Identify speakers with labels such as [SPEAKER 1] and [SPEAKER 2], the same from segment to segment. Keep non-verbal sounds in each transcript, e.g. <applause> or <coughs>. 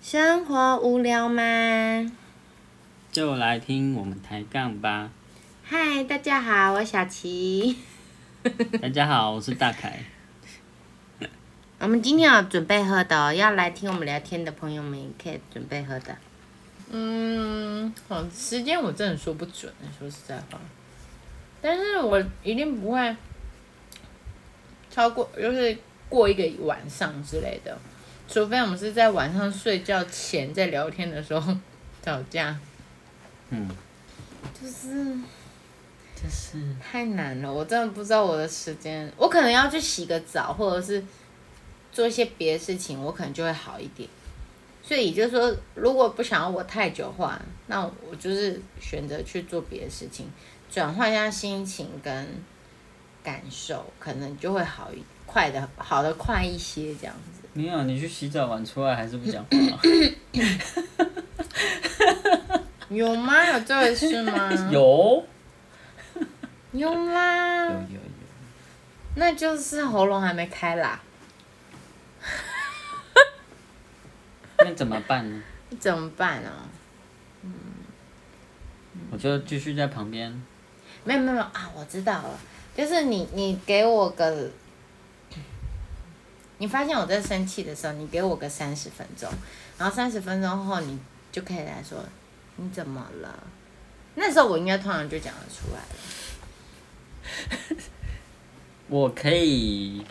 [SPEAKER 1] 生活无聊吗？
[SPEAKER 2] 就来听我们抬杠 <laughs> 吧。
[SPEAKER 1] 嗨，大家好，我小琪。
[SPEAKER 2] 大家好，我是大凯。
[SPEAKER 1] <laughs> 我们今天有准备喝的、哦，要来听我们聊天的朋友们也可以准备喝的。
[SPEAKER 3] 嗯，好，时间我真的说不准，欸说实在话，但是我一定不会超过，就是过一个晚上之类的，除非我们是在晚上睡觉前在聊天的时候 <laughs> 吵架，
[SPEAKER 2] 嗯，
[SPEAKER 1] 就是
[SPEAKER 2] 就是
[SPEAKER 3] 太难了，我真的不知道我的时间，我可能要去洗个澡，或者是做一些别的事情，我可能就会好一点。所以也就是说，如果不想要我太久的话，那我就是选择去做别的事情，转换一下心情跟感受，可能就会好一快的好的快一些这样子。
[SPEAKER 2] 没有，你去洗澡完出来还是不 <laughs> 讲话，？
[SPEAKER 3] 有吗？有这回事吗
[SPEAKER 2] <laughs> 有
[SPEAKER 3] 有
[SPEAKER 2] 有
[SPEAKER 3] 啦，
[SPEAKER 2] 有
[SPEAKER 3] 那就是喉咙还没开啦。
[SPEAKER 2] 那怎么办呢？
[SPEAKER 3] 怎么办啊？
[SPEAKER 2] 我就继续在旁边。
[SPEAKER 3] 没有没有没有啊，我知道了，就是你你给我个，你发现我在生气的时候，你给我个三十分钟，然后三十分钟后你就可以来说你怎么了？那时候我应该通常就讲得出来了。
[SPEAKER 2] 我可以，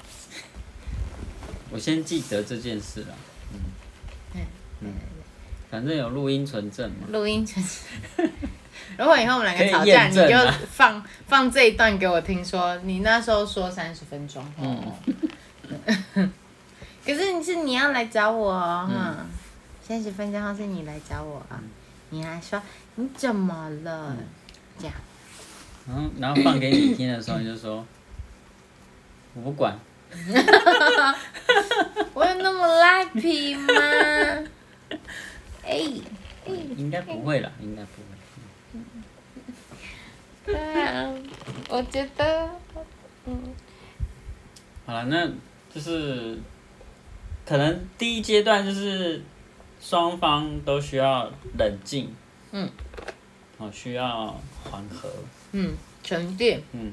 [SPEAKER 2] <laughs> 我先记得这件事了。
[SPEAKER 3] 嗯
[SPEAKER 2] 嗯嗯，反正有录音存证嘛。
[SPEAKER 3] 录音就是如果以后我们两
[SPEAKER 2] 可以
[SPEAKER 3] 个吵架，
[SPEAKER 2] 验
[SPEAKER 3] 你
[SPEAKER 2] 证
[SPEAKER 3] 就
[SPEAKER 2] 啊
[SPEAKER 3] 放放这一段给我听说你那时候说三十分钟。
[SPEAKER 2] 嗯
[SPEAKER 3] 哦。可是你是你要来找我哦，哈、三十分钟后是你来找我啊，你还说你怎么了？这样
[SPEAKER 2] 然后嗯然后放给你听的时候，你就说，我不管，
[SPEAKER 3] 我有那么赖皮吗？哎、
[SPEAKER 2] 应该不会啦，应该不会。
[SPEAKER 3] 对啊，我觉得
[SPEAKER 2] 好了，那就是可能第一阶段就是双方都需要冷静，
[SPEAKER 3] 嗯，
[SPEAKER 2] 哦，需要缓和，
[SPEAKER 3] <laughs> 嗯，沉淀，
[SPEAKER 2] 嗯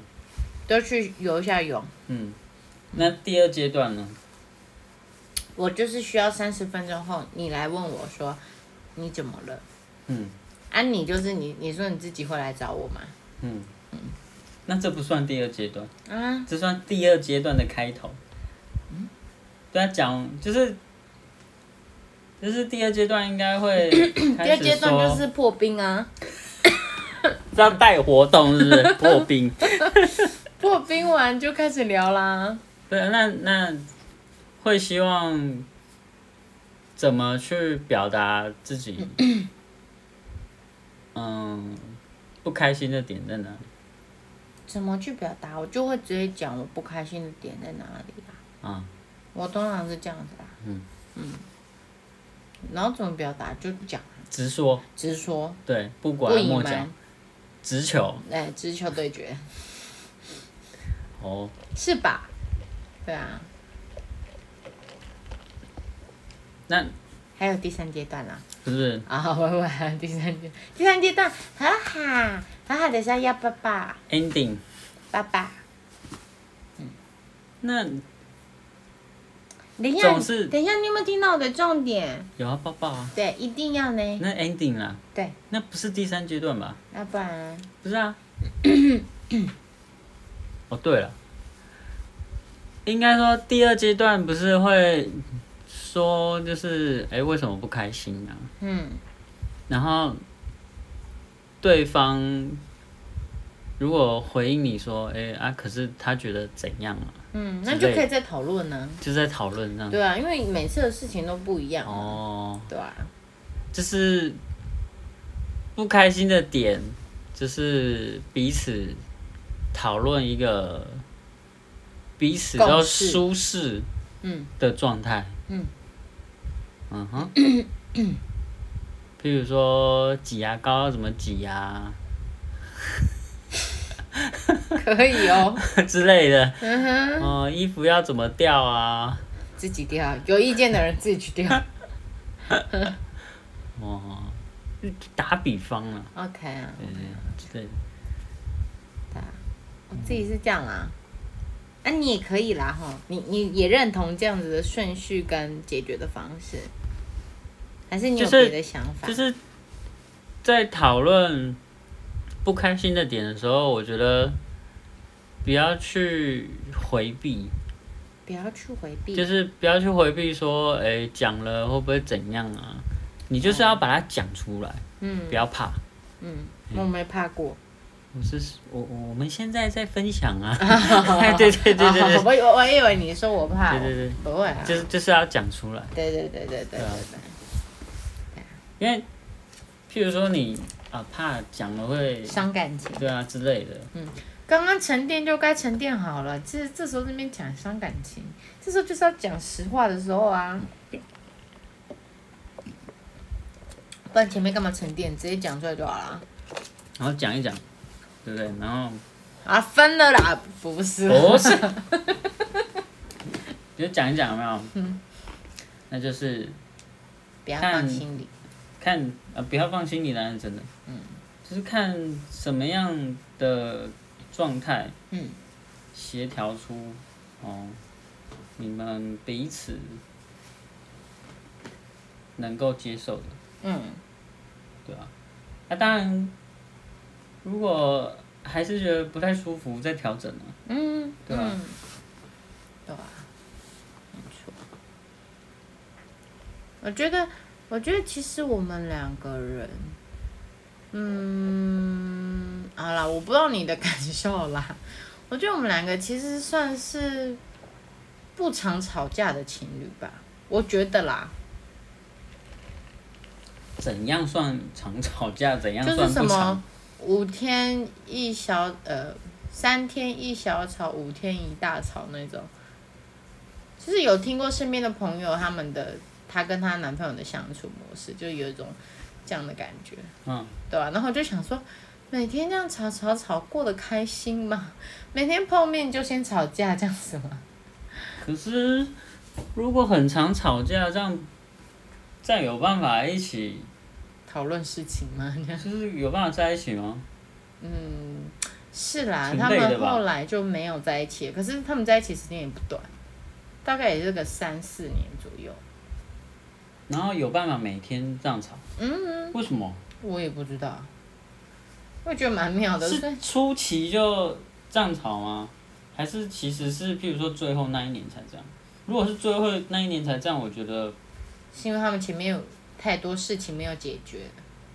[SPEAKER 3] 都去游一下泳。
[SPEAKER 2] 嗯。那第二阶段呢？
[SPEAKER 3] 我就是需要三十分钟后你来问我说你怎么了？
[SPEAKER 2] 嗯
[SPEAKER 3] 啊，你就是你，你说你自己会来找我吗？
[SPEAKER 2] 嗯那这不算第二阶段，
[SPEAKER 3] 啊，
[SPEAKER 2] 这算第二阶段的开头。对啊，讲就是就是第二阶段应该
[SPEAKER 3] <coughs>
[SPEAKER 2] 会
[SPEAKER 3] 第
[SPEAKER 2] 第
[SPEAKER 3] 二阶段就是破冰啊，
[SPEAKER 2] 要带活动，是不是破
[SPEAKER 3] <laughs>
[SPEAKER 2] 冰？
[SPEAKER 3] 破冰完就开始聊啦。
[SPEAKER 2] 对，那那会希望怎么去表达自
[SPEAKER 3] <coughs>
[SPEAKER 2] 己？嗯，不开心的点在哪里
[SPEAKER 3] 怎么去表达？我就会直接讲我不开心的点在哪里啊。
[SPEAKER 2] 啊？
[SPEAKER 3] 我通常是这样子啦。
[SPEAKER 2] 嗯
[SPEAKER 3] 嗯，然后怎么表达就讲，
[SPEAKER 2] 直说，
[SPEAKER 3] 直说，
[SPEAKER 2] 对，不拐
[SPEAKER 3] 不隐
[SPEAKER 2] 莫
[SPEAKER 3] 瞒
[SPEAKER 2] 讲，，直球
[SPEAKER 3] 哎，直球对决
[SPEAKER 2] 哦。
[SPEAKER 3] 是吧？对啊，
[SPEAKER 2] 那
[SPEAKER 3] 还有第三阶段啦、
[SPEAKER 2] 不是
[SPEAKER 3] 啊，我我还有第三阶第三阶段，哈哈，哈哈，等一下要爸爸，
[SPEAKER 2] ending？
[SPEAKER 3] 爸爸，
[SPEAKER 2] 那
[SPEAKER 3] 等一下
[SPEAKER 2] 总是，
[SPEAKER 3] 等一下，你有没有听到我的重点？
[SPEAKER 2] 有啊，抱抱啊。
[SPEAKER 3] 对，一定要呢。
[SPEAKER 2] 那 ending 啦，
[SPEAKER 3] 对，
[SPEAKER 2] 那不是第三阶段吧？
[SPEAKER 3] 要不然
[SPEAKER 2] 不是啊。哦，对了，应该说第二阶段不是会说就是哎、诶为什么不开心啊？
[SPEAKER 3] 嗯，
[SPEAKER 2] 然后对方如果回应你说哎、诶啊，可是他觉得怎样啊？
[SPEAKER 3] 嗯，那
[SPEAKER 2] 之
[SPEAKER 3] 就
[SPEAKER 2] 类的
[SPEAKER 3] 可以再讨论呢。
[SPEAKER 2] 就在讨论这样。
[SPEAKER 3] 对啊，因为每次的事情都不一样啊。
[SPEAKER 2] 哦，
[SPEAKER 3] 对啊，
[SPEAKER 2] 就是不开心的点，就是彼此讨论一个彼此都
[SPEAKER 3] 共识
[SPEAKER 2] 舒适
[SPEAKER 3] 嗯
[SPEAKER 2] 的状态。
[SPEAKER 3] 嗯
[SPEAKER 2] 嗯哼，譬如说挤牙膏要怎么挤啊呀、
[SPEAKER 3] 可以哦。
[SPEAKER 2] <laughs> 之类的，
[SPEAKER 3] 嗯哼，
[SPEAKER 2] 哦、衣服要怎么掉啊？ <laughs>
[SPEAKER 3] 自己掉，有意见的人自己去掉。
[SPEAKER 2] 哦，打比方啊，
[SPEAKER 3] OK 啊，
[SPEAKER 2] 对对对，
[SPEAKER 3] 我哦自己是这样啊。啊，你也可以啦哈，你你也认同这样子的顺序跟解决的方式，还是你有
[SPEAKER 2] 就是
[SPEAKER 3] 别的想法？
[SPEAKER 2] 就是在讨论不开心的点的时候，我觉得不要去回避，
[SPEAKER 3] 不要去回避，
[SPEAKER 2] 就是不要去回避说，哎、讲了会不会怎样啊？你就是要把它讲出来，
[SPEAKER 3] 嗯
[SPEAKER 2] 不要怕。
[SPEAKER 3] 嗯，我没怕过。
[SPEAKER 2] 我是我我我们现在在分享啊，哎 <laughs> 对对对对对
[SPEAKER 3] <laughs> 哦我以为我以为你说我怕，
[SPEAKER 2] 对对对
[SPEAKER 3] 我不会啊，
[SPEAKER 2] 就是就是要讲出来，
[SPEAKER 3] 对对对对对对
[SPEAKER 2] 对啊
[SPEAKER 3] 对，
[SPEAKER 2] 因为譬如说你啊怕讲了会
[SPEAKER 3] 伤感情。
[SPEAKER 2] 对啊之类的，
[SPEAKER 3] 刚刚沉淀就该沉淀好了，这这时候那边讲伤感情，这时候就是要讲实话的时候啊。不然前面干嘛沉淀？直接讲出来就好了。
[SPEAKER 2] 然后讲一讲，对不对？然后
[SPEAKER 3] 啊，分了啦，不是，
[SPEAKER 2] 不是，你就讲一讲有没有？
[SPEAKER 3] 嗯
[SPEAKER 2] 那就是
[SPEAKER 3] <laughs> 不要放心里。
[SPEAKER 2] 看啊、呃不要放心里来，真的，嗯，就是看什么样的状态，
[SPEAKER 3] 嗯，
[SPEAKER 2] 协调出哦，你们彼此能够接受的，
[SPEAKER 3] 嗯，
[SPEAKER 2] 对吧、啊？当然，如果还是觉得不太舒服，再调整啊，
[SPEAKER 3] 嗯，
[SPEAKER 2] 对啊
[SPEAKER 3] 嗯，对啊，没错。我觉得，我觉得其实我们两个人，嗯，好啦，我不知道你的 <laughs> 感受啦。我觉得我们两个其实算是不常吵架的情侣吧，我觉得啦，
[SPEAKER 2] 怎样算常吵架，怎样
[SPEAKER 3] 就是
[SPEAKER 2] 算
[SPEAKER 3] 什
[SPEAKER 2] 不常
[SPEAKER 3] 么？五天一小呃，三天一小吵，五天一大吵那种。就是有听过身边的朋友他们的她跟她男朋友的相处模式，就有一种这样的感觉，
[SPEAKER 2] 嗯，
[SPEAKER 3] 对吧、啊然后我就想说，每天这样吵吵吵，过得开心吗？每天碰面就先吵架这样子吗？
[SPEAKER 2] 可是如果很常吵架，这样再有办法一起，
[SPEAKER 3] 讨论事情吗？这样
[SPEAKER 2] 就是有办法在一起吗？
[SPEAKER 3] 是啦，
[SPEAKER 2] 挺
[SPEAKER 3] 他
[SPEAKER 2] 累的
[SPEAKER 3] 们
[SPEAKER 2] 吧
[SPEAKER 3] 后来就没有在一起了，可是他们在一起时间也不短，大概也是个三四年左右。
[SPEAKER 2] 然后有办法每天这样吵？嗯，为什么？
[SPEAKER 3] 我也不知道，我也觉得蛮妙的。所以
[SPEAKER 2] 是初期就这样吵吗？还是其实是譬如说最后那一年才这样？如果是最后那一年才这样，我觉得
[SPEAKER 3] 是因为他们前面有太多事情没有解决，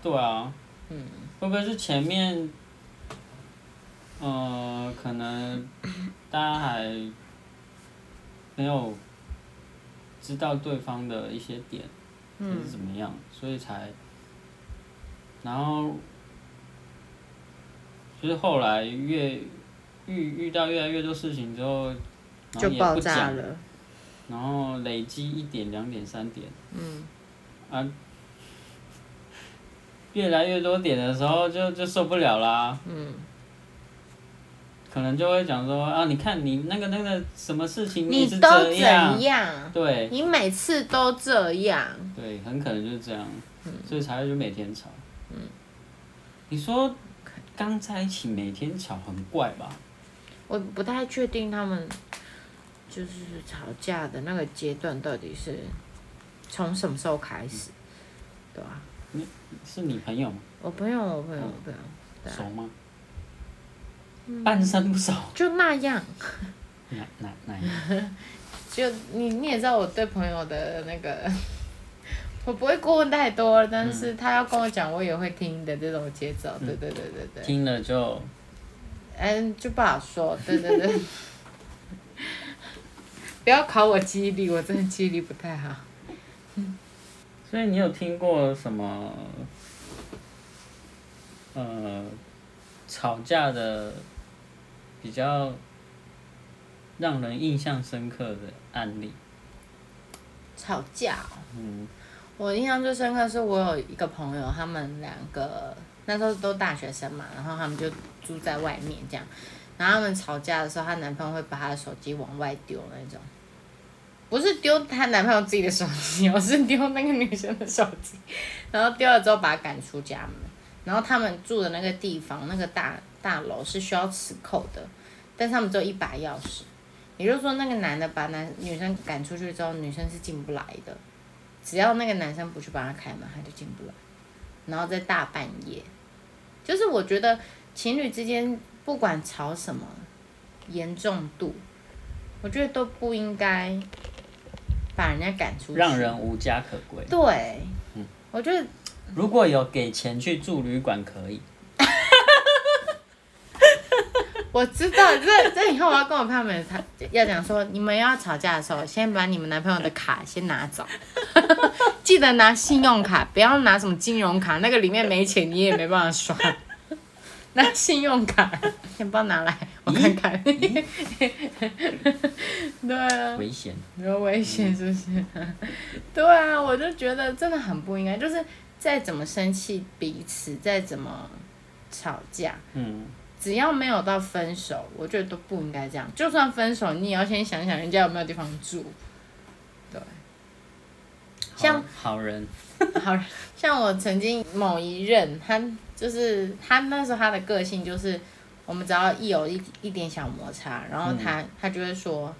[SPEAKER 2] 对啊，嗯，会不会是前面，呃，可能大家还没有知道对方的一些点，
[SPEAKER 3] 嗯
[SPEAKER 2] 还是怎么样，所以才，然后就是后来越遇遇到越来越多事情之后，然后
[SPEAKER 3] 就
[SPEAKER 2] 也
[SPEAKER 3] 爆
[SPEAKER 2] 不
[SPEAKER 3] 炸
[SPEAKER 2] 讲，
[SPEAKER 3] 了。
[SPEAKER 2] 然后累积一点、两点、三点，嗯，啊，越来越多点的时候就就受不了啦，嗯，可能就会讲说啊，你看你那个那个什么事情一直
[SPEAKER 3] 你
[SPEAKER 2] 这
[SPEAKER 3] 都怎
[SPEAKER 2] 样，
[SPEAKER 3] 样？
[SPEAKER 2] 对
[SPEAKER 3] 你每次都这样，
[SPEAKER 2] 对，很可能就是这样，
[SPEAKER 3] 嗯
[SPEAKER 2] 所以才会就每天吵，嗯，你说刚在一起每天吵很怪吧？
[SPEAKER 3] 我不太确定他们就是吵架的那个阶段到底是从什么时候开始，对吧、
[SPEAKER 2] 是你朋友吗？
[SPEAKER 3] 我朋友，我朋友，我朋友，对啊嗯
[SPEAKER 2] 熟吗？半生不熟，
[SPEAKER 3] 就那样。
[SPEAKER 2] 哪哪哪一个？
[SPEAKER 3] 就你你也知道我对朋友的那个， <laughs> 我不会过问太多，但是他要跟我讲，我也会听的这种节奏。对对对对对，
[SPEAKER 2] 听了就
[SPEAKER 3] 嗯，就不好说。对对对， <laughs> 不要考我记忆力，我真的记忆力不太好。
[SPEAKER 2] 所以你有听过什么？呃，吵架的比较让人印象深刻的案例，
[SPEAKER 3] 吵架哦、
[SPEAKER 2] 嗯，
[SPEAKER 3] 我印象最深刻是我有一个朋友，他们两个那时候都大学生嘛，然后他们就住在外面这样，然后他们吵架的时候，她男朋友会把她的手机往外丢那种，不是丢她男朋友自己的手机，我是丢那个女生的手机，然后丢了之后把她赶出家门。然后他们住的那个地方，那个大大楼是需要磁扣的，但是他们只有一把钥匙。也就是说，那个男的把男女生赶出去之后，女生是进不来的。只要那个男生不去帮她开门，她就进不来。然后在大半夜，就是我觉得情侣之间不管吵什么严重度，我觉得都不应该把人家赶出去。
[SPEAKER 2] 让人嗯无家可归。
[SPEAKER 3] 对，我觉得
[SPEAKER 2] 如果有给钱去住旅馆可以，
[SPEAKER 3] 我知道，这 <laughs> 这以后我要跟我朋友们他要讲说，你们要吵架的时候，先把你们男朋友的卡先拿走， <laughs> 记得拿信用卡，不要拿什么金融卡，那个里面没钱你也没办法刷。 <laughs> 拿信用卡，先帮我拿来，我看看。 <laughs> 对啊，
[SPEAKER 2] 危险。
[SPEAKER 3] 有危险是不是？ <laughs> 对啊，我就觉得真的很不应该，就是再怎么生气彼此，再怎么吵架，
[SPEAKER 2] 嗯，
[SPEAKER 3] 只要没有到分手，我觉得都不应该这样。就算分手，你也要先想想人家有没有地方住。 <laughs> 对，
[SPEAKER 2] 好
[SPEAKER 3] 像
[SPEAKER 2] 好人，
[SPEAKER 3] 好像我曾经某一任，他就是他那时候他的个性就是，我们只要一有一一点小摩擦，然后他、他就会说，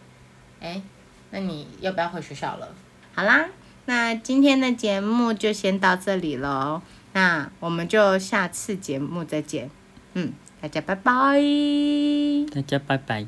[SPEAKER 3] 哎、那你要不要回学校了？
[SPEAKER 1] 好啦，那今天的节目就先到这里喽，那我们就下次节目再见，嗯，大家拜拜。
[SPEAKER 2] 大家拜拜。